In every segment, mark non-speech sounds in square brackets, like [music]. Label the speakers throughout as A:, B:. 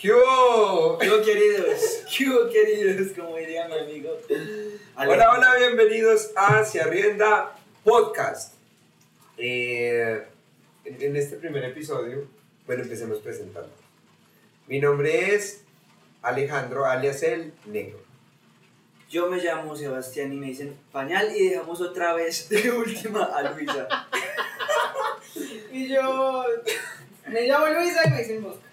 A: ¿Qué hubo?
B: ¿Qué hubo, queridos? ¿Qué hubo, queridos? Como diría mi amigo. Ale.
A: Hola, hola, bienvenidos a Se Arrienda Podcast. Eh, en en este primer episodio, bueno, empecemos presentando. Mi nombre es Alejandro, alias el negro.
B: Yo me llamo Sebastián y me dicen pañal y dejamos otra vez de última a Luisa.
C: Y yo me llamo Luisa y me dicen mosca.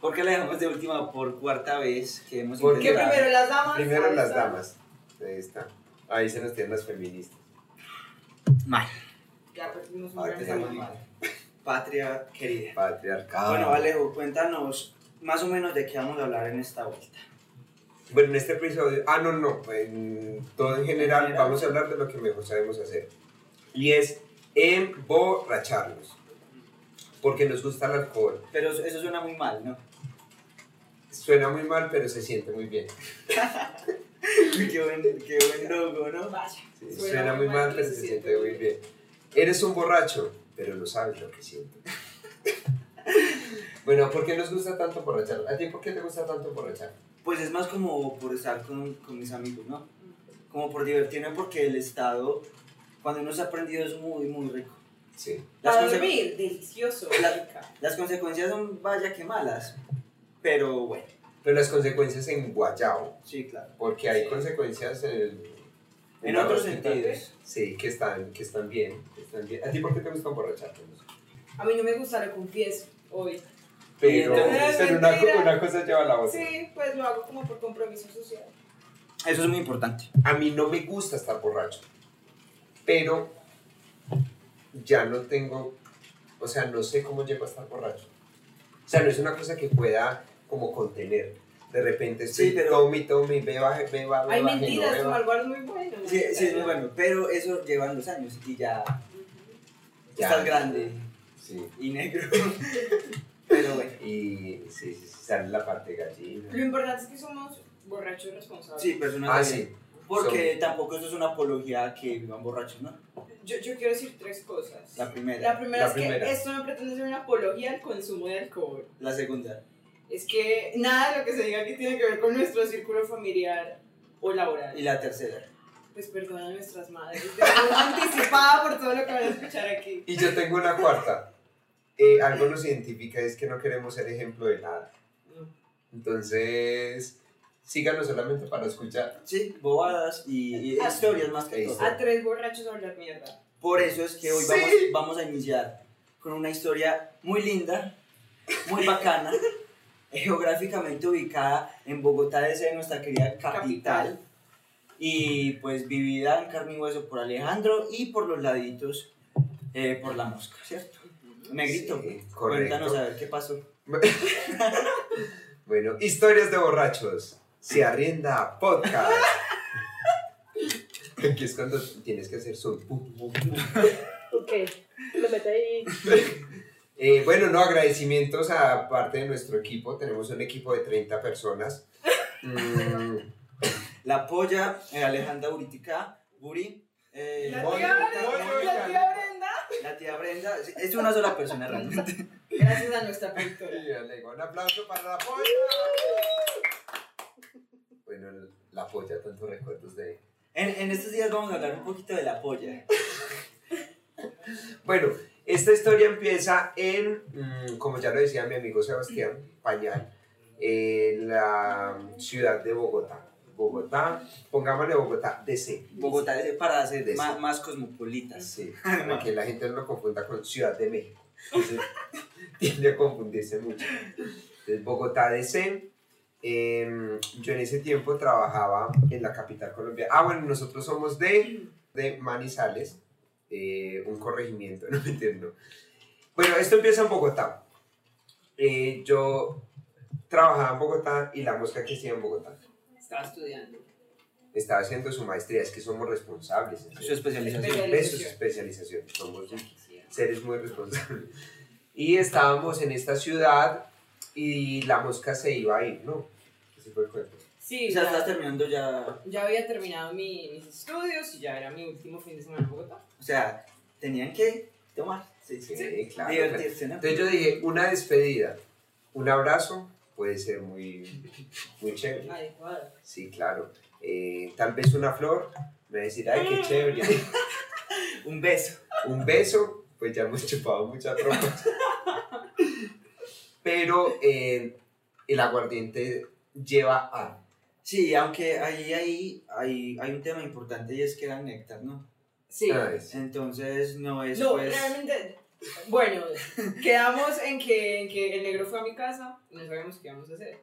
B: ¿Por qué la dejamos de última por cuarta vez? Que hemos
A: Porque
C: Porque
A: Claro.
C: primero las damas.
A: Primero
C: ahora
A: las damas. Ahí está. Ahí se nos tienen las feministas.
B: Mal.
C: Ya perdimos un
A: Ah,
C: gran
A: que salió
C: tema.
A: mal.
B: Patria querida.
A: Patriarcado.
B: Bueno, Alejo, cuéntanos más o menos de qué vamos a hablar en esta vuelta.
A: Bueno, en este episodio, ah, no, no, en todo en general, vamos a hablar de lo que mejor sabemos hacer. Y es emborracharnos. Porque nos gusta el alcohol.
B: Pero eso- eso suena muy mal, ¿no? [laughs]
A: Suena muy mal, pero se siente muy bien.
B: qué, buen, qué buen logo, ¿no?
C: Vaya.
A: Sí, suena, muy mal, pero se siente muy bien. Eres un borracho, pero no sabes lo que [laughs] siento. bueno, ¿por qué nos gusta tanto borrachar? ¿A ti por qué te gusta tanto borrachar?
B: Pues es más como por estar con, con mis amigos, ¿no? Como por divertirme porque el estado, cuando uno está aprendido es muy, muy rico.
A: Sí.
B: Las,
C: Para
B: conse-
C: dormir, delicioso.
B: La-
C: rica.
B: las consecuencias son vaya que malas, pero bueno,
A: Pero las consecuencias en Guayao,
B: sí, claro.
A: porque hay
C: Sí.
A: consecuencias en, el-
B: En
A: la
B: otros
A: hospital.
B: sentidos.
A: Sí, que están, que están bien, que están bien. ¿A ti por qué te gusta emborracharte?
C: A mí no me gusta, lo confieso hoy.
A: Pero,
C: Entonces,
A: pero una, co-
C: mentira.
A: una cosa lleva a la otra.
C: Sí, pues lo hago como por compromiso social.
B: Eso es muy importante.
A: A mí no me gusta estar borracho, pero ya no tengo, o sea, no sé cómo llego a estar borracho. O sea, no es una cosa que pueda como contener. De repente estoy,
B: Sí, pero-
A: tome, tome, beba, beba, beba,
C: Hay
A: que no
C: mentiras,
A: beba.
C: como algo es muy bueno. ¿no?
B: Sí, sí, es muy bueno, pero eso llevan los años y ya,
A: Ya.
B: estás grande
A: Sí.
B: y [laughs] negro. pero bueno,
A: Y sí, sí, sí, sale la parte gallina.
C: Lo importante es que somos borrachos responsables.
B: sí, personas
A: Ah,
B: de-
A: sí.
B: Porque tampoco eso es una apología a que vivan borrachos, ¿no?
C: Yo, yo quiero decir tres cosas.
B: La primera,
C: La
B: la,
C: primera
A: La
C: es
A: primera.
C: que esto no pretende ser una apología al consumo de alcohol.
B: segunda.
C: Es que nada de lo que se diga que tiene que ver con nuestro círculo familiar o laboral.
B: Y la tercera.
C: Pues perdona a nuestras madres. de forma anticipada por todo lo que van a escuchar aquí.
A: Y yo tengo una cuarta. Eh, algo nos identifica es que no queremos ser ejemplo de nada. Entonces, síganos solamente para escuchar.
B: Sí, bobadas y, y historias más que
A: Ahí
B: todo.
A: está.
C: A tres borrachos a hablar mierda.
B: Por eso es que hoy
A: Sí.
B: vamos, vamos a iniciar con una historia muy linda,
A: [laughs]
B: muy bacana, geográficamente ubicada en Bogotá, desde nuestra querida capital,
C: Capital.
B: y pues vivida en carne y hueso por Alejandro y por los laditos eh, por la mosca, ¿cierto? Negrito,
A: Sí,
B: cuéntanos
A: correcto.
B: a ver qué pasó.
A: [laughs] Bueno, historias de borrachos. Se arrienda podcast. Aquí es cuando tienes que hacer zoom. Pum, pum, pum.
D: Ok, lo meto ahí.
A: Eh, bueno, no, agradecimientos a parte de nuestro equipo. Tenemos un equipo de 30 personas. Mm,
B: La polla, eh, Alejandra Buritica, Buri, eh,
C: La
A: Voy,
C: tía
A: voy, voy,
C: Brenda. La tía Brenda.
B: la tía Brenda, es una sola persona realmente.
C: Gracias a nuestra productora.
A: Y Alejo, un aplauso para la polla. Bueno, el- la polla, tantos recuerdos de...
B: En, en estos días vamos a hablar un poquito de la polla.
A: Bueno, esta historia empieza en, mm, como ya lo decía mi amigo Sebastián Pañal, en la ciudad de Bogotá. Bogotá, pongámosle Bogotá DC.
B: Bogotá es para hacer
A: De
B: más,
A: sí.
B: más cosmopolitas.
A: Sí, para que la gente [laughs] no lo confunda con Ciudad de México. Entonces, [laughs] tiende a confundirse mucho. Entonces, Bogotá DC. em, yo en ese tiempo trabajaba en la capital colombiana. Ah, bueno, nosotros somos de, de Manizales, eh, un corregimiento, [laughs] no me entiendo. Bueno, esto empieza en Bogotá. Eh, yo trabajaba en Bogotá y la mosca que hacía en Bogotá
C: Estaba estudiando.
A: estaba haciendo su maestría. Es que somos responsables.
B: Su especialización.
A: Es su especialización. Somos
C: Sí.
A: seres muy responsables. [laughs] Y estábamos en esta ciudad y la mosca se iba a ir, ¿no? Ese fue el cuento.
C: Sí,
B: O sea,
C: ya-
B: estás terminando ya.
C: ya había terminado mi- mis estudios y ya era mi último fin de semana en Bogotá.
B: O sea, tenían que tomar.
A: Sí, claro.
B: Divertirse, ¿no?
A: Entonces yo dije, una despedida, un abrazo puede ser muy, muy chévere.
C: Adecuado.
A: Sí, claro. Eh, tal vez una flor me va a decir, ay, qué chévere. [laughs]
B: Un beso.
A: Un beso, pues ya hemos chupado mucha ropa. [laughs] Pero eh, el aguardiente lleva a.
B: Sí, aunque ahí, ahí, ahí hay un tema importante y es que era néctar, ¿no?
C: Sí.
A: Ah, es-
B: Entonces no es
C: No,
B: pues...
C: realmente. Bueno, quedamos en que, en que el negro fue a mi casa y no sabíamos qué íbamos a hacer.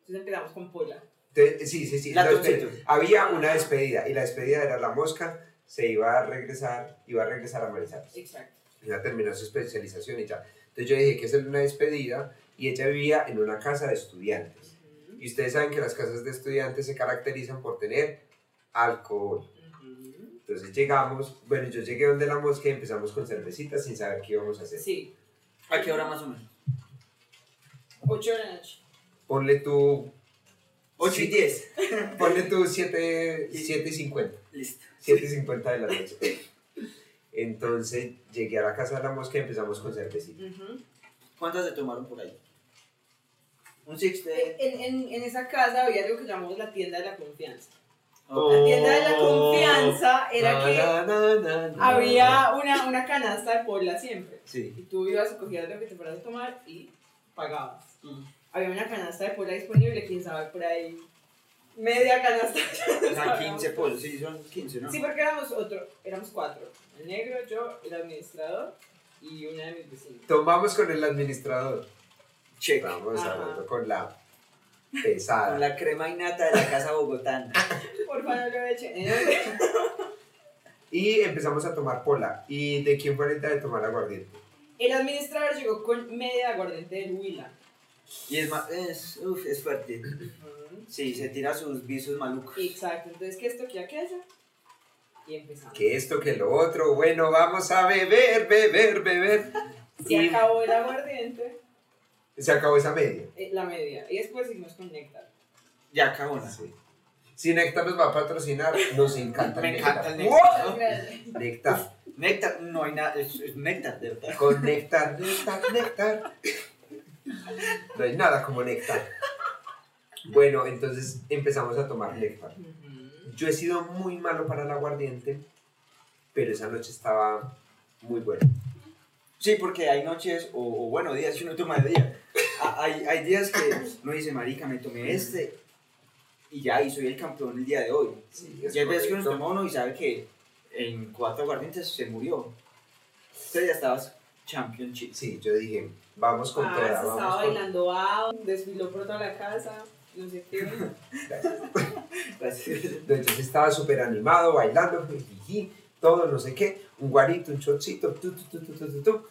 C: Entonces empezamos con Pola.
A: Entonces, sí, sí, sí.
B: La
A: entonces,
B: Tuxito.
A: había una despedida y la despedida era la mosca, se iba a regresar, iba a regresar a Marizales.
C: Exacto.
A: ya terminó su especialización y ya. Entonces yo dije que es una despedida y ella vivía en una casa de estudiantes. Y ustedes saben que las casas de estudiantes se caracterizan por tener alcohol. Entonces llegamos, bueno, yo llegué donde la mosca y empezamos con cervecitas sin saber qué íbamos a hacer.
C: Sí,
B: ¿A qué hora más o menos?
C: 8 de la noche.
A: Ponle tú,
B: 8
A: Sí.
B: y 10.
A: ponle tú 7, 7 y 50.
B: Listo.
A: 7.50 de la noche. Entonces llegué a la casa de la mosca y empezamos con cervecita.
B: ¿Cuántas se tomaron por ahí? Un sixte.
C: Eh, en, en- en esa casa había algo que llamamos la tienda de la confianza. La
A: Oh, Ah.
C: tienda de la confianza era
A: Na,
C: que
A: na, na, na, na, na.
C: había una, una canasta de Pola siempre.
B: Sí.
C: Y tú ibas y cogías lo que te fueras a tomar y pagabas. Había una canasta de Pola disponible, quién sabe, por ahí. Media canasta.
B: O sea, 15 pollos. Sí, son 15, ¿no?
C: Sí, porque éramos otro, éramos cuatro. El negro, yo, el administrador y una de mis vecinas.
A: Tomamos con el administrador.
B: Check.
A: Vamos
C: Ajá.
A: hablando con la
B: Con
A: pesada.
B: la crema y nata de la casa bogotana.
C: Por favor, Eh, no lo echen.
A: Y empezamos a tomar pola. ¿Y de quién fue la idea de tomar aguardiente?
C: El administrador llegó con media aguardiente del Huila.
B: Y es más, es, uf, es fuerte. Sí, se tira sus visos malucos.
C: Exacto, entonces que esto, que aquello. Y empezamos.
A: Que esto, que lo otro. Bueno, vamos a beber, beber, beber.
C: Se acabó el aguardiente,
A: Se acabó esa media.
C: eh, la media. Y después seguimos con néctar.
B: Ya cabona.
A: Sí. Si Néctar nos va a patrocinar, nos encanta.
B: Me encanta el
A: Néctar.
B: néctar.
C: Gracias.
A: ¡Wow! Néctar.
B: Néctar, no hay nada, es, es néctar, de verdad.
A: Con néctar, néctar, néctar. No hay nada como néctar. Bueno, entonces empezamos a tomar néctar. Yo he sido muy malo para el aguardiente, pero esa noche estaba muy buena.
B: Sí, porque hay noches, o, o bueno, días que uno toma de día. A- Hay, hay días que pues, uno dice, marica, me tomé este y ya, y soy el campeón el día de hoy.
A: Sí,
B: Y hay veces que uno se toma uno y sabe que en cuatro aguardientes se murió. Entonces ya estabas championship.
A: Sí, yo dije, vamos con
C: Ah, se
A: toda,
C: estaba
A: vamos con
C: bailando bao, desfiló por toda la casa, no sé
A: [laughs]
C: qué.
B: Gracias.
A: Entonces estaba súper animado, bailando, jijiji, todo, no sé qué, un guarito, un chocito, tu, tu, tu, tu, tu, tu, tu.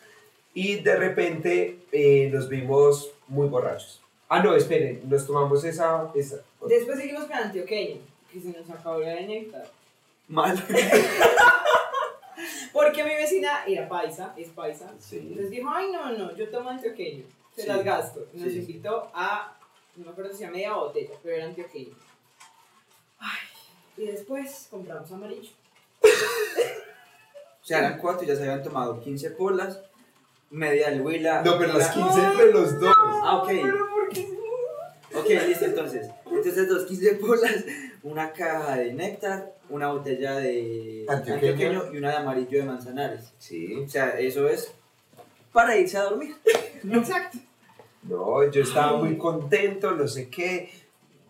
A: Y de repente eh, nos vimos muy borrachos. Ah, no, esperen, nos tomamos esa... esa
C: Después seguimos con antioqueño, que se nos acabó la de néctar.
B: [laughs] Mal.
C: Porque mi vecina era paisa, es paisa.
A: Sí.
C: Entonces dijo, ay, no, no, yo tomo antioqueño, se
B: Sí.
C: las gasto. Nos
B: Sí.
C: invitó a, no me acuerdo si a media botella, pero era antioqueño. Ay, y después compramos amarillo.
B: O sea, eran cuatro y ya se habían tomado 15 polas, media del huila.
A: No, pero las
B: una-
A: 15 entre los dos.
B: Ah, ok.
C: Pero ¿por qué?
B: Ok, listo, entonces. Entonces, dos 15 polas, una caja de néctar, una botella de
A: Antioqueño.
B: y una de amarillo de manzanares.
A: Sí.
B: O sea, eso es para irse a dormir.
C: Exacto.
A: No, yo estaba muy contento, no sé qué.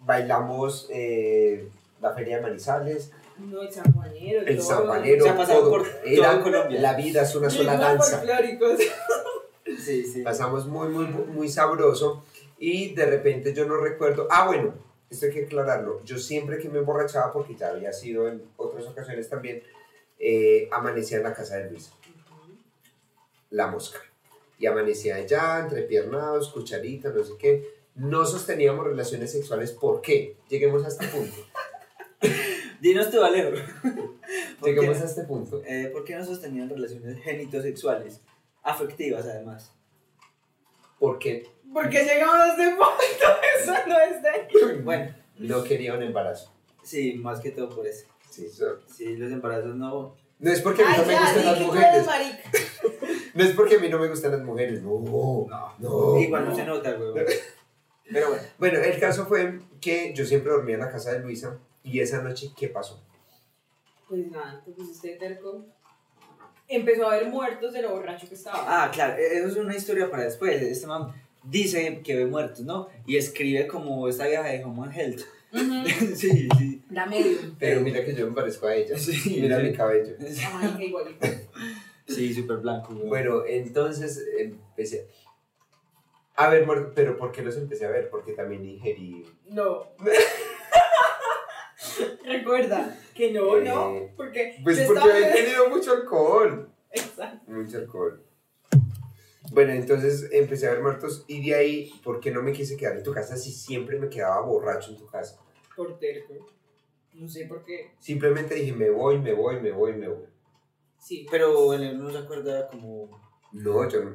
A: Bailamos eh, la Feria de Manizales,
C: No, el sanjuanero,
A: el
C: todo.
A: zampanero,
B: Se ha pasado
A: todo.
B: por
A: Era
B: todo Colombia.
A: La vida es una sola
C: Ritmos
A: danza.
C: folclóricos.
B: Sí, sí.
A: pasamos muy, muy, muy sabroso y de repente yo no recuerdo, ah bueno, esto hay que aclararlo, yo siempre que me emborrachaba, porque ya había sido en otras ocasiones también, eh, amanecía en la casa de Luisa, la mosca, y amanecía allá, entrepiernados, cucharitas, no sé qué, no sosteníamos relaciones sexuales, ¿por qué? Lleguemos a este punto,
B: Dinos tu Valero. [laughs] ¿Por qué,
A: lleguemos a este punto.
B: eh, ¿Por qué no sostenían relaciones genitosexuales? Afectivas, además.
A: Porque
C: ¿Por qué llegamos a este punto? [laughs] Eso no es de...
B: [clears throat] Bueno,
A: no quería un embarazo.
B: sí, más que todo por eso.
A: Sí, so-
B: Sí, los embarazos no.
A: No es porque a mí no me
C: ya,
A: gustan
C: di
A: las
C: que tú
A: mujeres.
C: eres marica.
A: No es porque a mí no me gustan las mujeres. No, no.
B: Igual no se nota, güey. Pero bueno,
A: Bueno, el caso fue que yo siempre dormía en la casa de Luisa y esa noche, ¿qué pasó?
C: Pues nada, te pusiste terco. Empezó a haber muertos de lo borracho que estaba.
B: ah, claro, eh, eso es una historia para después. Este man dice que ve muertos, ¿no? Y escribe como esta vieja de Human Health. [laughs]
C: Ujú.
B: sí, sí.
C: La medio.
A: Pero mira que yo me parezco a ella.
B: Sí,
A: [laughs] Mira
B: sí.
A: mi cabello.
C: Ay, qué igualito.
B: Sí, súper blanco. güey.
A: Bueno, entonces empecé a ver, muertos, pero ¿por qué los empecé a ver? Porque también ingerí.
C: No. [laughs] Recuerda que no, no, porque
A: Pues
C: yo
A: porque
C: estaba-
A: había tenido mucho alcohol.
C: [laughs] Exacto.
A: Mucho alcohol. Bueno, entonces empecé a ver muertos y de ahí, ¿por qué no me quise quedar en tu casa si siempre me quedaba borracho en tu casa?
C: Por terco. No sé por qué.
A: Simplemente dije, me voy, me voy, me voy, me voy.
C: Sí.
B: Pero él no se acuerda como. O
A: No, yo no,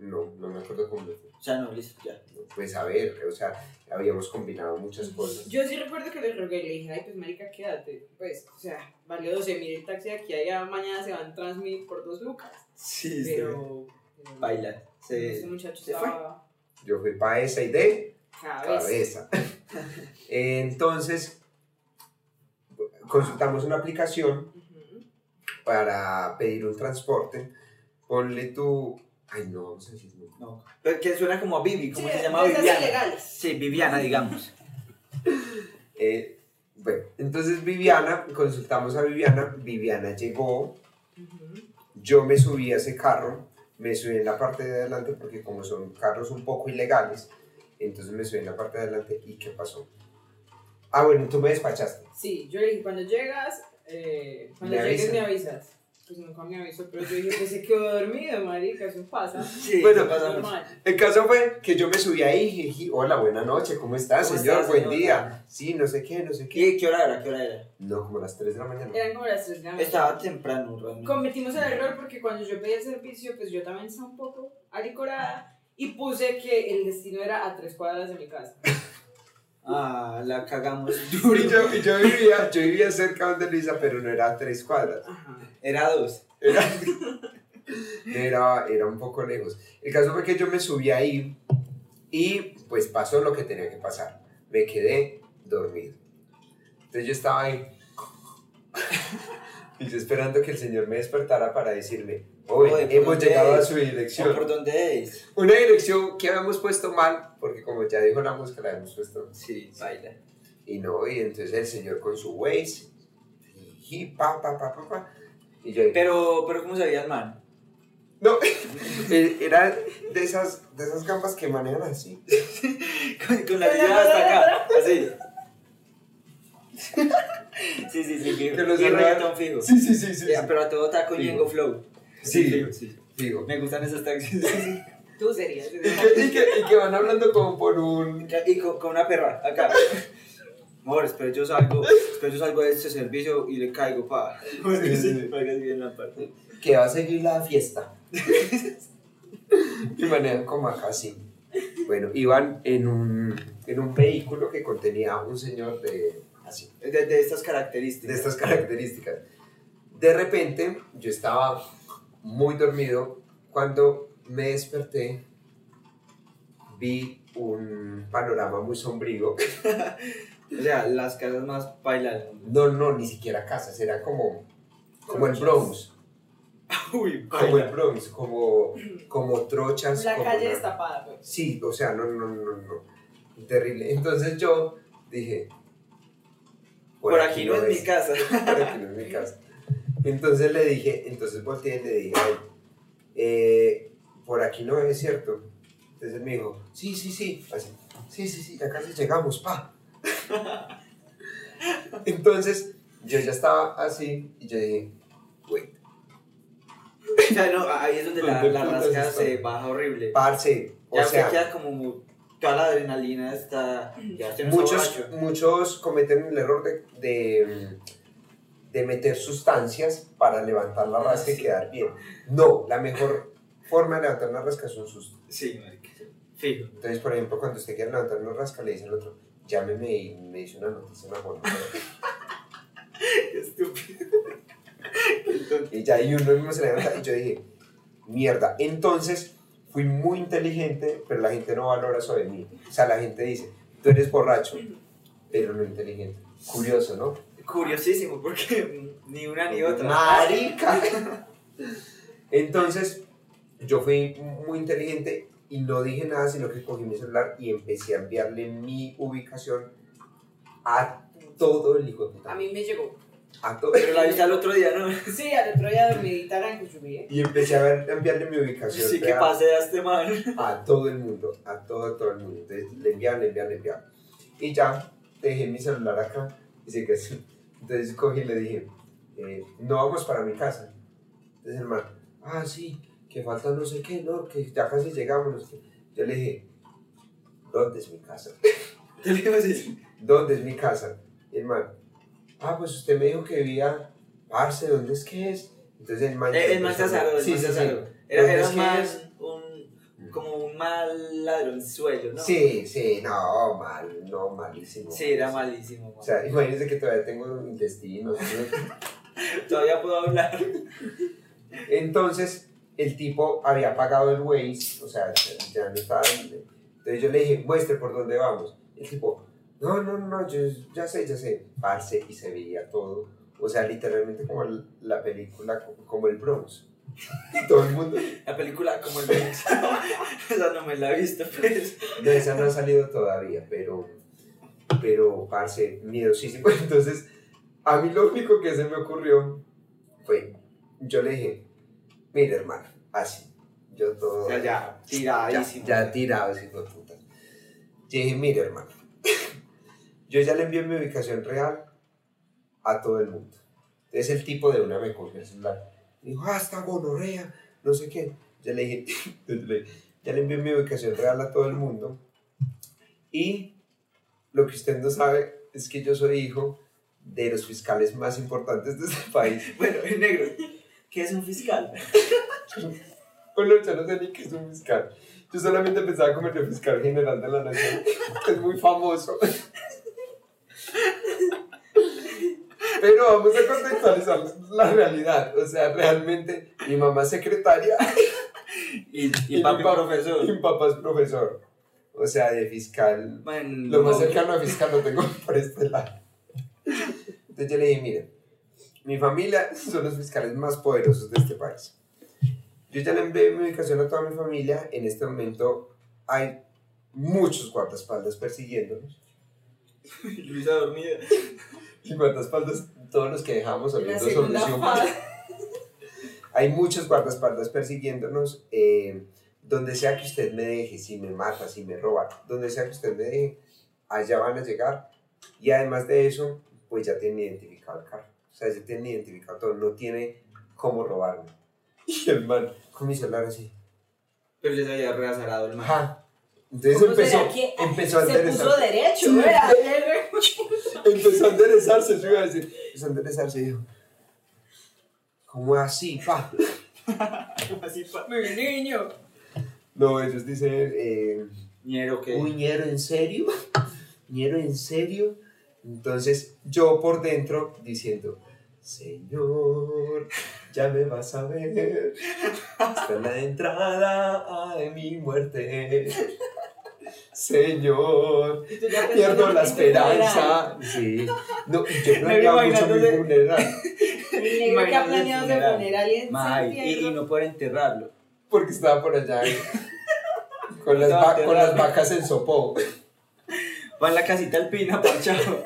A: no, no me acuerdo cómo me fue.
B: sea, no, listo, ya.
A: Pues a ver, o sea, habíamos combinado muchas cosas.
C: Yo sí recuerdo que le rogué, le dije, ay, pues marica, quédate. Pues, o sea, valió 12 mil el taxi de aquí a allá, mañana se van Transmit por dos lucas.
B: Sí, sí.
C: Pero... pero
B: Baila.
C: Este
B: Se...
C: muchacho
B: se fue.
C: estaba
A: Yo fui para esa idea.
C: cabeza.
A: cabeza. Entonces, consultamos una aplicación
C: Ujú.
A: para pedir un transporte. Ponle tu... Ay, no, vamos a decir no.
B: No. Pero que suena como a Bibi, como
C: Sí,
B: se llama
C: empresas
B: Viviana.
C: ilegales.
B: Sí, Viviana, digamos.
A: Eh, bueno, entonces Viviana, consultamos a Viviana. Viviana llegó,
C: Ujú.
A: yo me subí a ese carro, me subí en la parte de adelante porque como son carros un poco ilegales, entonces me subí en la parte de adelante y ¿qué pasó? Ah, bueno, tú me despachaste.
C: Sí, yo le dije, cuando llegas, eh, cuando
A: Me
C: llegues
A: avisas.
C: me avisas. Pues nunca me avisó, pero yo dije, pues se quedó dormido, marica, eso pasa.
B: Sí,
A: Bueno,
B: pasa mucho.
C: normal.
A: El caso fue que yo me subí ahí y dije, "Ji, hola, buena noche, ¿cómo estás,
B: ¿Cómo
A: señor?
B: estás,
A: Buen
B: señora?"
A: día. Sí, no sé qué, no sé qué.
B: ¿Qué, ¿Qué hora era? ¿Qué hora era?
A: No, como las 3 de la mañana.
C: Eran como las 3 de la mañana.
B: Estaba temprano, realmente.
C: Cometimos el error porque cuando yo pedí el servicio, pues yo también estaba un poco alicorada y puse que el destino era a tres cuadras de mi casa.
B: Ah, la cagamos [laughs] duro.
A: Y yo, y yo vivía, yo vivía cerca donde Luisa, pero no era a tres cuadras.
C: Ajá.
B: Era dos.
A: Era, [laughs] era, era un poco lejos. El caso fue que yo me subí ahí y pues pasó lo que tenía que pasar. Me quedé dormido. Entonces yo estaba ahí [laughs] y yo esperando que el señor me despertara para decirme,
B: Oye,
A: hoy
B: ¿por
A: hemos
B: dónde
A: llegado a
B: es?
A: su
B: ¿O por
A: dirección.
B: dónde es?
A: Una dirección que habíamos puesto mal, porque como ya dijo la música, la habíamos puesto.
B: Sí, baila.
A: Y no, y entonces el señor con su Waze, y, y pa, pa, pa, pa, pa. Y yo,
B: Pero, pero ¿cómo sabía el man? [laughs]
A: No, eh, era de esas, de esas gambas que manejan así.
B: Con, con la mirada hasta acá, así. [laughs] Sí, sí, sí, fijo.
A: Que los
B: y
A: agarra-
B: reggaetón fijo.
A: Sí, sí, sí, sí.
B: Eh, Pero a todo taco
A: Fijo.
B: Ñengo Flow.
A: Sí.
B: fijo, sí.
A: Digo.
B: Me gustan esas taxis. [laughs]
C: Tú serías.
A: Y que, y, que, y que van hablando como por un...
B: Y con, con una perra, acá. Amor, espero yo salgo, espero yo salgo de este servicio y le caigo pa. [laughs]
A: Sí, sí, sí.
B: Para que bien la parte.
A: Que va a seguir la fiesta. [laughs] y manejan como acá así. Bueno, iban en un, en un vehículo que contenía un señor de... Así.
B: De, de estas
A: de
B: características.
A: estas características. De repente, yo estaba muy dormido. Cuando me desperté, vi un panorama muy sombrío.
B: O sea, las casas más bailadas.
A: No, no, ni siquiera casas, era como, como el Bronx.
B: [laughs] Uy,
A: Como el Bronx, como, como trochas.
C: La
A: como
C: calle
A: una-
C: destapada, pues.
A: Sí, o sea, no, no, no, no. Terrible. Entonces yo dije...
B: Por, aquí, no es mi casa. [laughs]
A: para que no es mi casa. Entonces le dije, entonces volteé y le dije, a él, eh, por aquí no es cierto. Entonces él me dijo, sí, sí, sí, así, sí, sí, sí, ya casi llegamos, pa. Entonces yo ya estaba así y yo dije, güey,
B: O sea, no, ahí es donde la,
A: ¿Dónde
B: la
A: putas
B: rasca
A: está?
B: se baja horrible.
A: parce, o
B: ya se
A: sea,
B: queda como toda la adrenalina está. Ya estoy
A: muchos,
B: borracho.
A: muchos cometen el error de, de, de meter sustancias para levantar
B: Ah,
A: la rasca y quedar bien. No, la mejor forma de levantar la rasca es un susto.
B: Sí, marica. Fijo.
A: Entonces, por ejemplo, cuando usted quiere levantar una rasca, le dice al otro, llámeme y me dice una noticia en la
B: [laughs]
A: forma.
B: [laughs] Qué estúpido. Qué tonto.
A: Y ya, y uno mismo se levanta. Y yo dije, mierda. Entonces, fui muy inteligente, pero la gente no valora eso de mí. O sea, la gente dice, tú eres borracho, pero no inteligente. Curioso, ¿no?
B: [laughs] Curiosísimo, porque ni una ni otra.
A: Marica. Entonces, yo fui muy inteligente y no dije nada, sino que cogí mi celular y empecé a enviarle mi ubicación a todo el hijo de puta.
C: A mí me llegó.
A: A todo.
B: Pero la viste al otro día, ¿no?
C: Sí, al otro día meditar en Cuchumí. ¿eh?
A: Y empecé a, ver- a enviarle mi ubicación
B: Sí que
A: real
B: pasé a este man. [laughs]
A: a todo el mundo, a todo, a todo el mundo. Entonces, le enviaba, le enviaba, le enviaba. Y ya dejé mi celular acá y se quedó así. Entonces cogí y le dije, eh, no vamos para mi casa. Entonces el man, ah, sí, que falta no sé qué, no, que ya casi llegamos. no sé qué. Yo le dije, ¿dónde es mi casa?
B: Yo le digo así,
A: ¿Dónde es mi casa? Y el man, ah, pues usted me dijo que vivía, parce, ¿dónde es que es? Entonces el man...
B: Eh, El, el man se azaró, el
A: Sí,
B: man se
A: sí, sí.
B: azaró. Era,
A: ¿Dónde
B: era
A: es que es?
B: más un, como un mal ladronzuelo, ¿no?
A: Sí, sí, no, mal, no, malísimo.
B: Sí, era malísimo. man.
A: O sea, imagínense que todavía tengo intestinos. ¿no?
B: Todavía puedo hablar.
A: Entonces, el tipo había pagado el Waze, o sea, ya- ya no estaba. Entonces yo le dije, muestre por dónde vamos. El tipo, no, no, no, yo ya sé, ya sé. Parce y se veía todo. O sea, literalmente como el- la película, como el Bronx. [laughs] Todo el mundo.
B: La película como el [laughs] de Esa no me la he visto, pues.
A: No, esa no ha salido todavía, pero, pero, parce, miedosísimo. [laughs] Entonces, a mí lo único que se me ocurrió fue, yo le dije, mira, hermano, así, yo todo...
B: O sea, ya,
A: ya,
B: tiradísimo.
A: ya tirado, ese hijo de puta. Yo dije, mira, hermano, [laughs] yo ya le envié mi ubicación real a todo el mundo. Entonces, el tipo de una me cogió el celular. Dijo, ah, está gonorrea, no sé qué. Ya le dije, [laughs] yo le dije, ya le envié mi ubicación real a todo el mundo. Y lo que usted no sabe es que yo soy hijo de los fiscales más importantes de este [laughs] país.
B: Bueno, el negro, ¿qué es un fiscal?
A: Bueno, yo no sé ni qué es un fiscal. Yo solamente pensaba como el fiscal general de la nación, [laughs] que es muy famoso. Pero vamos a contextualizar la realidad. O sea, realmente mi mamá es secretaria [laughs]
B: Y,
A: y papi y
B: profesor.
A: mi papá es profesor. O sea, de fiscal
B: Man,
A: lo más
B: no.
A: cercano a fiscal lo tengo [laughs] por este lado. Entonces yo le dije, mire, mi familia son los fiscales más poderosos de este país. Yo ya le envié mi ubicación a toda mi familia. En este momento hay muchos guardaespaldas persiguiéndonos.
B: [laughs] Luisa dormida.
A: Y guardaespaldas, todos los que dejamos
C: En la
A: oliendo sobre
C: segunda
A: su
C: fase.
A: Hay muchos guardaespaldas persiguiéndonos. eh, donde sea que usted me deje, si me mata, si me roba, donde sea que usted me deje, allá van a llegar. Y además de eso, pues ya tienen identificado el carro. O sea, ya tienen identificado todo. No tiene cómo robarme. [laughs] Y el man con mi celular así.
B: Pero les había reazarado el man.
A: Ajá. Entonces
C: ¿Cómo
A: empezó,
C: será que-
A: empezó a
C: Se puso
A: enderezarse.
C: derecho,
A: Sí.
C: ¿verdad? [laughs]
A: Empezó a enderezarse, yo iba a decir. Empezó a enderezarse y dijo, ¿cómo así, pa?
B: Así pa-
C: Mi niño.
A: No, ellos dicen, eh,
B: Ñero, ¿qué?
A: Uy, ñero, ¿en serio? [laughs] ¿Ñero, en serio? Entonces yo por dentro diciendo, Señor, ya me vas a ver. Está la entrada a mi muerte. Señor,
C: Y tú ya
A: pierdo
C: pensando
A: la
C: en tu funeral.
A: esperanza. Sí. No, y yo no
B: Me vi
A: había mucho mi
B: bailándole.
A: funeral
C: El negro que ha
B: Imaginando el
C: planeado de
B: funeral.
C: funeral y en
B: Mae, y, y
C: septiembre.
B: no poder enterrarlo.
A: porque estaba por allá eh, con las, va- con las vacas en sopó.
B: Va en la casita alpina, [laughs] parchado.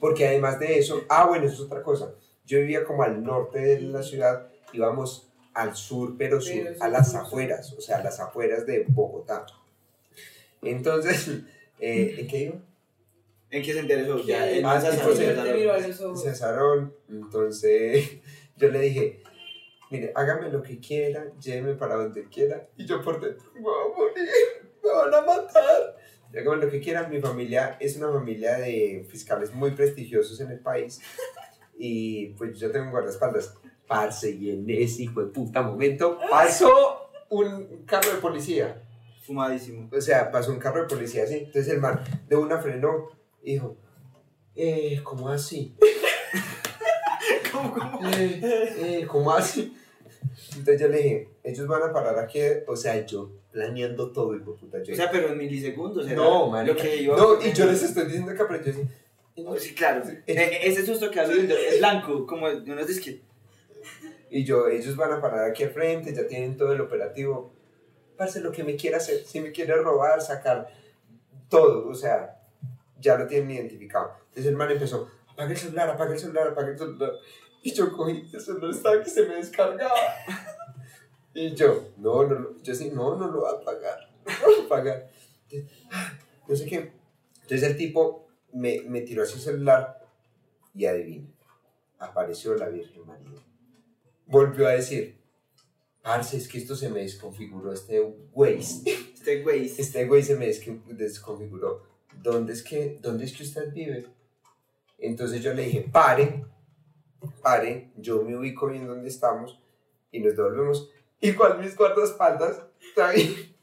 A: Porque además de eso, ah, bueno, eso es otra cosa. Yo vivía como al norte de la ciudad, íbamos al sur, pero sur,
C: Pero
A: a
C: sur,
A: las
C: sur, sur.
A: afueras, o sea, a las afueras de Bogotá. Entonces, [laughs] eh, ¿en qué iba?
B: ¿En qué se interesó? Ya,
C: Que-
B: el
A: Ah,
B: man se
A: sí,
C: que
B: azaró,
A: sí,
B: se
A: sí.
C: te miro
B: azaró.
C: a los ojos.
A: Se asaron, entonces [laughs] yo le dije, mire, hágame lo que quiera, lléveme para donde quiera, y yo por dentro, me voy a morir, me van a matar. Hágame lo que quiera, mi familia es una familia de fiscales muy prestigiosos en el país, y pues yo tengo un guardaespaldas. Parce, y en ese hijo de puta momento pasó un carro de policía.
B: Fumadísimo.
A: O sea, pasó un carro de policía así. Entonces el man de una frenó y dijo, eh, ¿cómo así?
B: ¿Cómo, cómo?
A: Eh, eh, ¿Cómo así? Entonces yo le dije, ellos van a parar aquí, o sea, yo planeando todo, hijo de puta. Yo,
B: O sea, pero en milisegundos. era
A: no, man.
B: Lo que iba
A: No, y yo les estoy diciendo que aprendí así.
B: Oh, Sí, claro.
A: Sí.
B: E- ese susto que había es blanco, como de unos disquitos.
A: Y yo, ellos van a parar aquí al frente, ya tienen todo el operativo. Parce, lo que me quiera hacer, si me quiere robar, sacar todo, o sea, ya lo tienen identificado. Entonces el man empezó, apaga el celular, apaga el celular, apaga el celular. Y yo cogí, el celular estaba que se me descargaba. [laughs] Y yo, no, no, no, yo sí, no, no lo voy a apagar, [laughs] no lo voy a apagar. Entonces, ah, no sé qué. Entonces el tipo me, me tiró así el celular y adivina, apareció la Virgen María volvió a decir, parce, es que esto se me desconfiguró, este güey, [laughs]
B: Este güey.
A: este güey se me desqui- desconfiguró, ¿dónde es que, dónde es que usted vive? Entonces yo le dije, pare, pare, yo me ubico bien donde estamos y nos devolvemos. [laughs] Igual mis guardaespaldas, ya vi-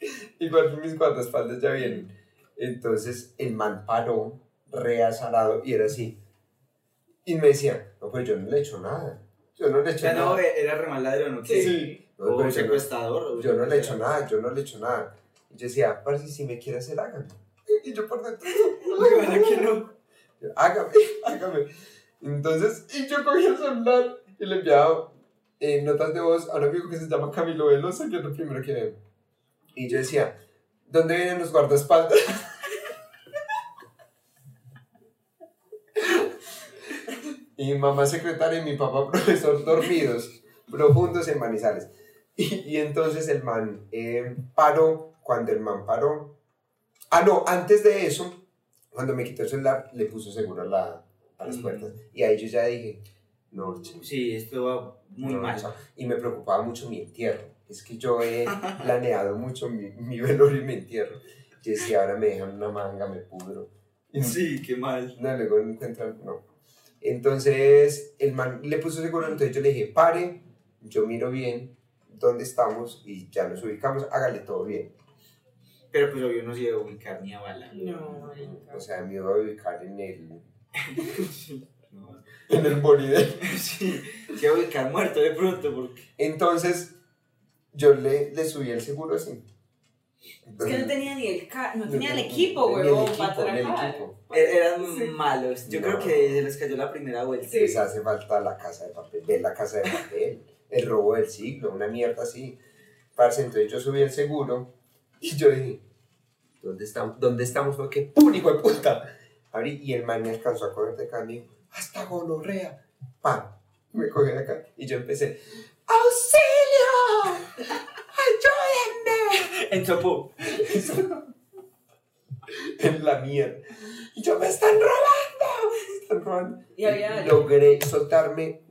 A: [laughs] igual mis guardaespaldas ya vienen. Entonces el man paró, reazarado, y era así. Y me decía, no, pues yo no le he hecho nada. Yo no le he hecho
B: Ya
A: nada.
B: no, era re mal ladrón, ¿o qué?
A: Sí. No,
B: O
A: pero yo, no,
B: secuestrador. o-
A: pues, yo no le he hecho
B: [laughs]
A: nada, yo no le he hecho nada. Y yo decía, parce, si me quiere hacer, hágame. Y yo por dentro,
B: ¿Verdad que no?
A: yo, hágame, hágame. Entonces, y yo cogí el celular y le enviaba eh, notas de voz a un amigo que se llama Camilo Velosa, que es lo primero que veo. Y yo decía, ¿dónde vienen los guardaespaldas? [laughs] y mi mamá secretaria y mi papá profesor dormidos, profundos en manizales. Y, y entonces el man eh, paró, cuando el man paró, ah no, antes de eso, cuando me quitó el celular, le puso seguro a, la, a las
B: Mm.
A: puertas. Y ahí yo ya dije, no, chao,
B: Sí, esto va muy
A: no,
B: mal.
A: chao. Y me preocupaba mucho mi entierro. Es que yo he planeado mucho mi, mi velorio y mi entierro. Yo decía, ahora me dejan una manga, me pudro. Y
B: Sí, qué mal.
A: no, luego no encuentran, no. Entonces, el man le puso seguro, entonces yo le dije, pare, yo miro bien dónde estamos y ya nos ubicamos, hágale todo bien.
B: Pero pues obvio no se iba a ubicar ni a bala.
C: No, marica.
A: O sea, me iba a ubicar en el...
B: No.
A: En el bolide.
B: [laughs] Sí, se iba a ubicar muerto de pronto porque...
A: Entonces, yo le, le subí el seguro así.
C: Es que no tenía ni el, ca- no tenía el equipo, huevón, para Pues, atracar.
B: Er- Eran
C: Sí.
B: malos. Yo
A: No.
B: creo que se les cayó la primera vuelta.
C: Sí.
A: Les Pues hace falta la casa de papel, ver la casa de papel, el robo del siglo, una mierda así. Parce, entonces yo subí el seguro y yo dije, ¿dónde estamos? ¿Dónde estamos? ¿Por qué? ¡Pum, hijo de puta! Abrí y el man me alcanzó a correr de acá, me dijo, ¡hasta gonorrea! ¡Pam! Me cogió de acá y yo empecé, ¡auxilio! ¡Ayúdenme!
B: En Chapó.
A: en la mierda. Y yo, ¡me están robando! ¡Me están robando!
C: Y había alguien.
A: logré soltarme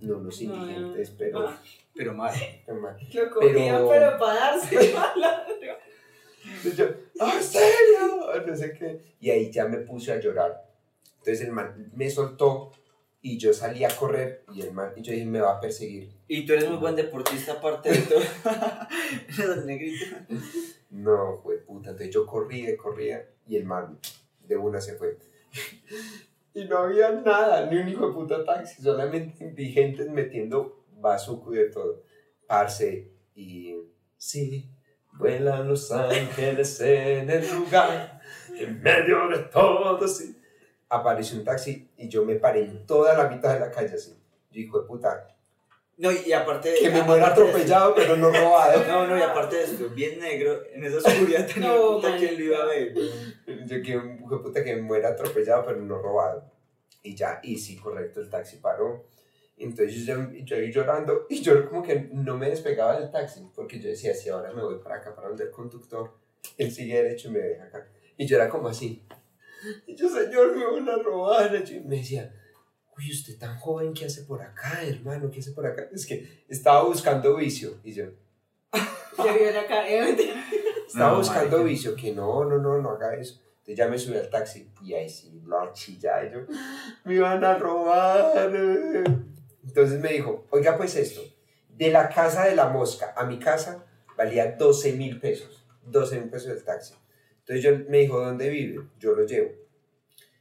A: no los
C: No,
A: indigentes
C: no.
A: pero
C: Ah.
B: Pero mal.
A: [laughs] qué mal.
C: Lo cogían,
A: Pero-
C: pero para darse mala.
A: Entonces yo "Ah, en serio [laughs] no sé qué y ahí ya me puse a llorar entonces el man me soltó y yo salí a correr y el man y yo dije me va a perseguir
B: Y tú eres muy buen deportista aparte
A: [laughs]
B: de todo. Eres negrito.
A: no fue puta entonces yo corría y corría y el man de una se fue [laughs] y no había nada ni un hijo de puta taxi solamente indigentes metiendo bazuco y de todo parce y sí Vuelan los ángeles en el lugar, en medio de todo, sí. Apareció un taxi y yo me paré en toda la mitad de la calle, así. Yo, hijo de puta,
B: No, y aparte...
A: que me
B: aparte
A: muera
B: de
A: atropellado, pero no robado.
B: eso- No, no, y aparte de esto, bien negro, en esa oscuridad tan
C: No,
B: no, puta
C: marica.
B: que lo iba a ver. güey.
A: Yo, que un hijo de puta que me muera atropellado, pero no robado. Y ya, y sí, correcto, el taxi paró. Entonces yo, ya- yo ahí llorando, y yo como que no me despegaba del taxi, porque yo decía, si ahora me voy para acá, para donde el conductor, él sigue derecho y me deja acá. Y yo era como así. Y yo, señor, me van a robar. Y me decía, uy, usted tan joven, ¿qué hace por acá, hermano? ¿Qué hace por acá? Es que estaba buscando vicio. Y yo,
C: Yo vi la cara. eh, mentira.
A: estaba
B: No,
A: buscando
B: marica.
A: vicio, que no, no, no, no haga eso. Entonces ya me subí al taxi y ahí sí, la chilla, y yo, me iban a robar. eh". Entonces me dijo, oiga, pues esto, de la casa de la mosca a mi casa valía 12 mil pesos, 12 mil pesos el taxi. Entonces yo, me dijo, ¿dónde vive? Yo lo llevo.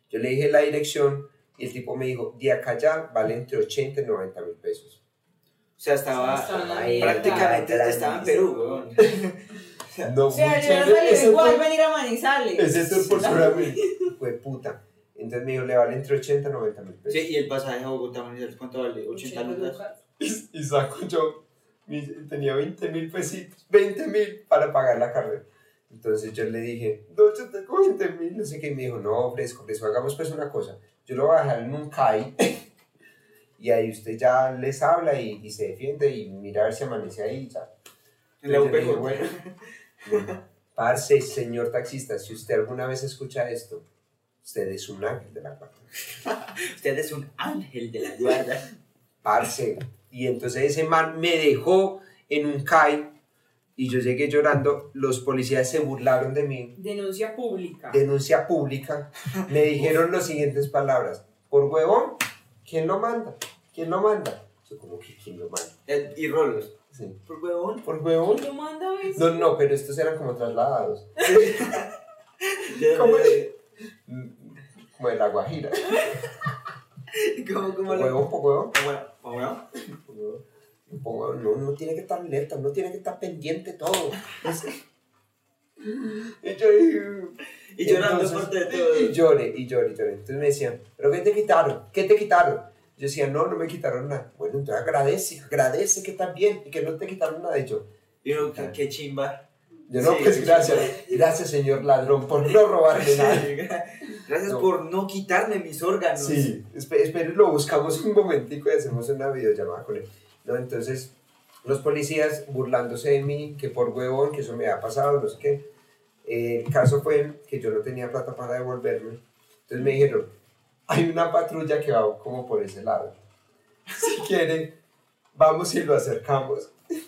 A: Yo le dije la dirección y el tipo me dijo, de acá allá vale entre 80 y 90 mil pesos.
B: O sea, estaba
C: Estaba
A: ahí,
B: prácticamente
A: estaba
B: estaba en
A: grandísimo.
B: Perú, weón.
A: No,
C: O sea, yo
A: muchachos,
C: no salió
A: ese
C: igual
A: tour-
C: venir a Manizales.
A: Ese tour por Sudamérica. [laughs] Fue puta. Entonces me dijo, le vale entre 80 y 90 mil pesos.
B: Sí, y el pasaje a Bogotá, Manizales, ¿cuánto vale? 80 lucas.
A: Y, y saco yo, mi- tenía 20 mil pesitos, 20 mil para pagar la carrera. Entonces yo le dije, no, yo tengo 20 mil, no sé qué, y me dijo, no, fresco, fresco, hagamos pues una cosa, yo lo voy a dejar en un CAI [laughs] y ahí usted ya les habla y, y se defiende y mira a ver si amanece ahí y ya.
B: En la
A: Entonces yo le dije,
B: UPJ.
A: bueno, [laughs] bueno, parce, señor taxista, si usted alguna vez escucha esto, usted es un ángel de la cuarta.
B: Usted es un ángel de la guarda.
A: parce. Y entonces ese man me dejó en un CAI y yo llegué llorando. Los policías se burlaron de mí.
C: Denuncia pública.
A: Denuncia pública. Me dijeron las siguientes palabras. Por huevón, ¿quién lo manda? ¿Quién lo manda? Yo como que ¿quién lo manda?
B: Eh, Y rolos.
A: Sí.
B: Por huevón.
A: Por huevón.
C: ¿Lo manda a
A: No, no, pero estos eran como trasladados. [laughs] ¿Cómo
B: ¿Cómo,
A: Mm, Como de la guajira.
B: ¿Cómo, cómo
A: Por
B: lo-
A: huevón, por huevón.
B: Bueno, bueno.
A: por huevón. Por huevón. No, no tiene que estar alerta, no tiene que estar pendiente de todo. Y yo dije,
B: Y llorando
A: Entonces,
B: aparte de
A: Y
B: todo.
A: lloré, y lloré, y lloré. Entonces me decían, ¿pero qué te quitaron? ¿Qué te quitaron? Yo decía, no, no me quitaron nada. Bueno, entonces agradece, agradece que estás bien y que no te quitaron nada. Y yo,
B: Y uno, qué,
A: [laughs]
B: qué chimba.
A: yo no,
B: Sí,
A: pues
B: sí,
A: gracias,
B: sí.
A: gracias señor ladrón por no robarme nada.
B: [laughs] Gracias
A: No.
B: por no quitarme mis órganos.
A: Sí, espe- espere, lo buscamos un momentico y hacemos una videollamada con él. No, entonces, los policías burlándose de mí, que por huevón, que eso me había pasado, no sé qué. Eh, el caso fue que yo no tenía plata para devolverme. Entonces me dijeron, hay una patrulla que va como por ese lado. Si quieren, vamos y lo acercamos. [laughs]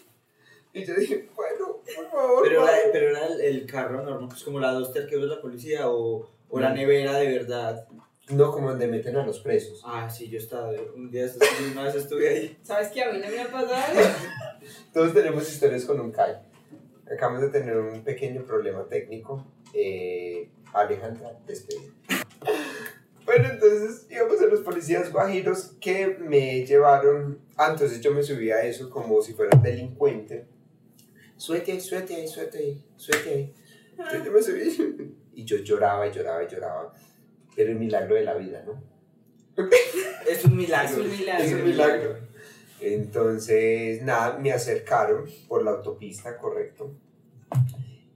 A: Y yo dije, bueno, por favor.
B: Pero
A: vamos".
B: era, pero era el, el carro normal, pues como la Duster que usa la policía o, o la
A: Mm.
B: nevera de verdad.
A: No, como donde meten a los presos.
B: Ah, sí, yo estaba, un día estos- una vez estuve ahí.
C: ¿Sabes qué? A mí no me ha pasado.
A: Todos tenemos historias con un CAI. Acabamos de tener un pequeño problema técnico. Eh, Alejandra, despedida. bueno, entonces íbamos a los policías guajiros que me llevaron. Ah, entonces yo me subí a eso como si fuera un delincuente. Suete ahí, suete ahí, suete ahí, suete ahí. Entonces yo me subí [laughs] y yo lloraba y lloraba y lloraba. Pero el milagro de la vida, ¿no?
B: Es un
C: Es
B: milagro.
C: un milagro.
A: Es un milagro. Entonces, nada, me acercaron por la autopista, correcto.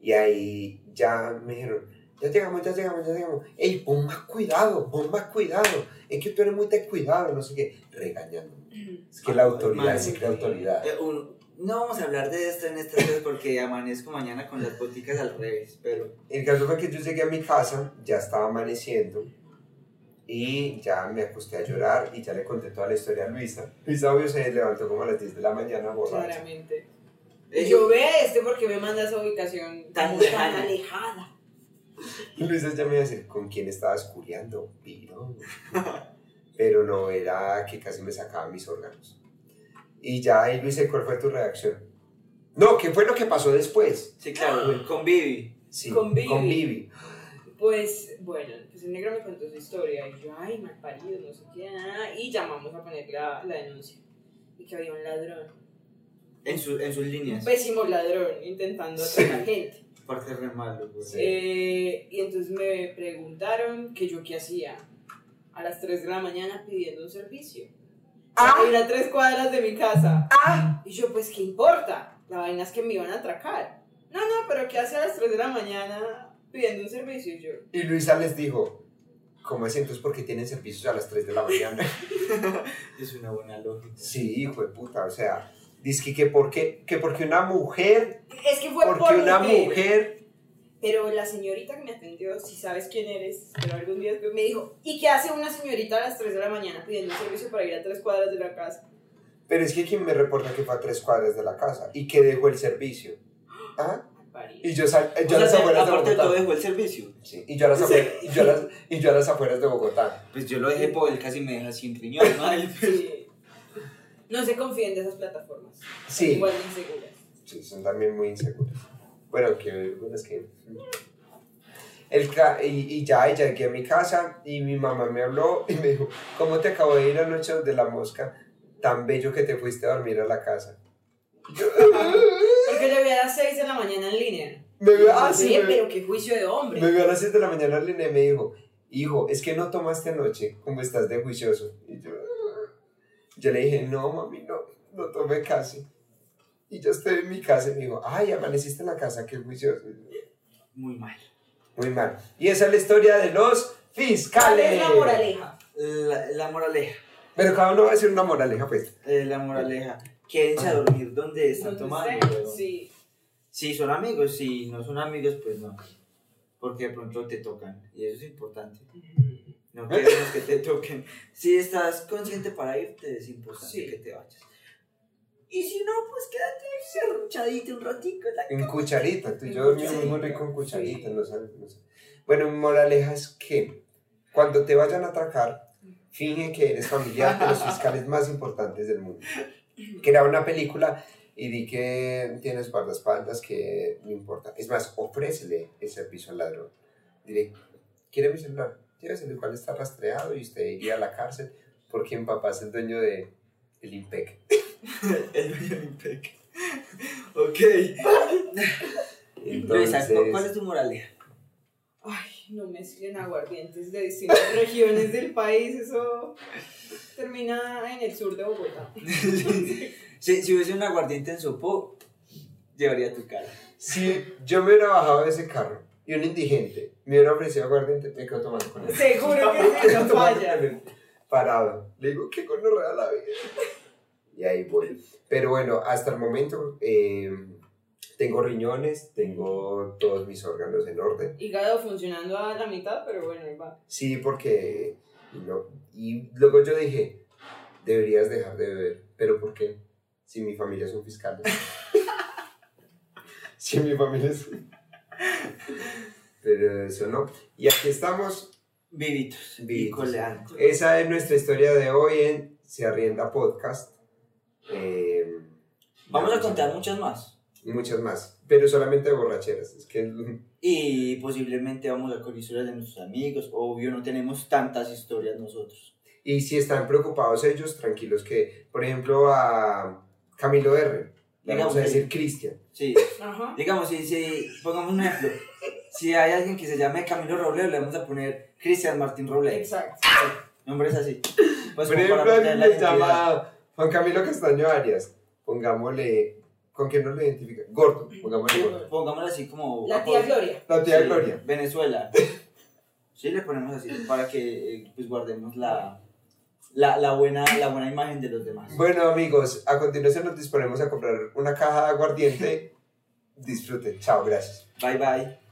A: Y ahí ya me dijeron, ya llegamos, ya llegamos, ya llegamos. Ey, pon más cuidado, pon más cuidado. Es que tú eres muy descuidado, no sé qué. Regañándome. Es que la autoridad
B: Madre.
A: se cree autoridad.
B: Eh, un- no vamos a hablar de esto en este video porque amanezco mañana con las boticas al revés, pero
A: El caso fue que yo llegué a mi casa, ya estaba amaneciendo y ya me acosté a llorar y ya le conté toda la historia a Luisa. Luisa, obvio, se levantó como a las 10 de la mañana borracha.
C: Claramente.
B: eh,
C: Yo ve este porque me manda esa ubicación
B: Tan lejana.
C: alejada.
A: Luisa ya me iba a decir, ¿con quién estabas curiando?
C: [laughs]
A: Piro. Pero no, era que casi me sacaban mis órganos. Y ya, ahí, Luisa, ¿cuál fue tu reacción? No, ¿qué fue lo que pasó después?
B: sí,
A: Ah.
B: claro, con Vivi.
A: Sí,
C: Con Vivi.
A: Con Vivi.
C: Pues bueno, pues el negro me contó su historia y yo, ay, mal parido, no sé qué, nada. Y llamamos a poner la, la denuncia. Y que había un ladrón,
B: En, su- en sus líneas.
C: un pésimo ladrón, intentando atracar gente.
B: Porque es re malo, güey.
A: Sí.
C: Eh, y entonces me preguntaron que yo qué hacía a las 3 de la mañana pidiendo un servicio.
A: Ah.
C: Era a tres cuadras de mi casa. Y yo, pues, ¿qué importa? La vaina es que me iban a atracar. No, no, pero ¿qué hace a las 3 de la mañana pidiendo un servicio? Y yo,
A: Y Luisa les dijo, ¿cómo así? Entonces, ¿por qué tienen servicios a las 3 de la mañana?
C: [laughs]
B: Es una buena lógica.
A: sí, hijo de puta, o sea, dice que porque, que porque una mujer,
C: es que fue por,
A: porque una
C: mujer.
A: mujer...
C: Pero la señorita que me atendió, si sabes quién eres, pero algún día después me dijo, ¿y qué hace una señorita a las 3 de la mañana pidiendo un servicio para ir a tres cuadras de la casa?
A: Pero es que quien me reporta que fue a tres cuadras de la casa y que dejó el
C: [gasps]
A: servicio. ¿Ah?
C: Mal parido.
A: Y yo, sal, eh, yo
B: O
A: a las
B: sea,
A: afueras de
B: aparte de todo
A: Bogotá.
B: dejó el servicio.
A: Sí, y,
B: [laughs]
A: yo a las afueras, y, yo a las, y yo a las afueras de Bogotá.
B: Pues yo lo dejé por él casi me deja sin riñón, [laughs] madre.
C: Sí. No se confíen de esas plataformas.
A: Sí.
C: Igual de inseguras.
A: Sí, son también muy inseguras. Bueno, que algunas que... mm. El ca- y, y ya, y ya llegué a [laughs] mi casa y mi mamá me habló y me dijo, ¿cómo te acabo de ir anoche de la mosca? tan bello que te fuiste a dormir a la casa. [laughs]
B: Ah.
C: Porque le vi a las 6 de la mañana en línea.
A: Me vio,
C: Ah,
A: ah, sí, me-
C: pero qué juicio de hombre.
A: me vio a las 7 de la mañana al INE y me dijo, hijo, es que no tomaste anoche, como estás de juicioso. Y yo, "Ah". yo le dije, no, mami, no, no tomé casi. Y yo estoy en mi casa y me dijo, ay, amaneciste en la casa, qué juicioso. Y yo,
B: Muy mal.
A: Muy mal. Y esa es la historia de los
C: ¿Cuál
A: fiscales.
C: es la moraleja?
B: La, la moraleja.
A: Pero cada uno va a decir una moraleja, pues.
B: eh, la moraleja. Quédense a dormir donde están tomando.
C: Entonces,
B: weón.
C: Sí.
B: Si son amigos, si no son amigos, pues no. Porque de pronto te tocan. Y eso es importante. No queremos que te toquen. Si estás consciente para irte, es importante
C: Sí.
B: que te vayas. Y si no, pues quédate cerruchadito un ratico. en la [laughs]
A: En
B: cama.
A: cucharita. Tú y yo
C: En
A: dormimos muy
C: cucharita,
A: rico en cucharita.
C: sí.
A: No sal- no sal- Bueno, mi moraleja es que cuando te vayan a atracar, finge que eres familiar
C: [laughs]
A: de los fiscales más importantes del mundo. Que era una película y di que tienes guardaespaldas que no importa. Es más, ofrécele ese piso al ladrón. Diré, ¿quiere mi celular? Llévese el cual está rastreado y usted iría a la cárcel porque mi papá es el dueño de el IMPEC.
B: El dueño del Impec. Ok. Luisa, ¿cu- ¿cuál es
A: Entonces,
B: tu [laughs] moraleja?
C: Ay, no mezclen aguardientes de distintas [laughs] regiones del país. Eso termina en el sur de Bogotá.
B: si, si hubiese un aguardiente en Sopo, llevaría tu cara.
A: si yo me hubiera bajado de ese carro y un indigente me hubiera ofrecido aguardiente, me quedo tomando con él.
C: Seguro que
A: Me
C: sí,
A: quedo
C: no
A: tomando con
C: falla.
A: él, Parado. Le digo, qué gonorrea la vida. Y ahí voy. Pero bueno, hasta el momento eh, tengo riñones, tengo todos mis órganos en orden.
C: Hígado funcionando a la mitad, pero bueno, ahí va.
A: Sí, porque... no- y luego yo dije, deberías dejar de beber. ¿Pero por qué? Si mi familia es un fiscal. [laughs] si mi familia es... Pero eso no. Y aquí estamos.
B: Vivitos. Y
A: Vivitos.
B: coleando.
A: Esa es nuestra historia de hoy en Se Arrienda Podcast. Eh,
B: Vamos a
A: nada,
B: contar muchas más.
A: Y muchas más. Pero solamente de borracheras. Es que...
B: Y posiblemente vamos a con historias de nuestros amigos. Obvio, no tenemos tantas historias nosotros.
A: Y si están preocupados ellos, tranquilos que, por ejemplo, a Camilo R. Le vamos a
B: Digamos,
A: decir Cristian.
B: Sí.
C: Ajá.
B: Digamos, si, si pongamos un ejemplo. Si hay alguien que se llame Camilo Robledo, le vamos a poner Cristian Martín Robledo.
C: Exacto.
B: Nombres así. Pues
A: Por
B: como para
A: ejemplo, a
B: meter
A: mí
B: la
A: me
B: identidad.
A: llama Juan Camilo Castaño Arias. Pongámosle... ¿Con qué no le identifica? Gordo. Pongámosle gordo.
B: Pongámoslo así como.
C: La tía Gloria.
A: La tía
B: Sí,
A: Gloria.
B: Venezuela. Sí, le ponemos así para que eh, pues, guardemos la, la, la buena, la buena imagen de los demás.
A: Bueno amigos, a continuación nos disponemos a comprar una caja de aguardiente. Disfruten, chao, gracias.
B: Bye bye.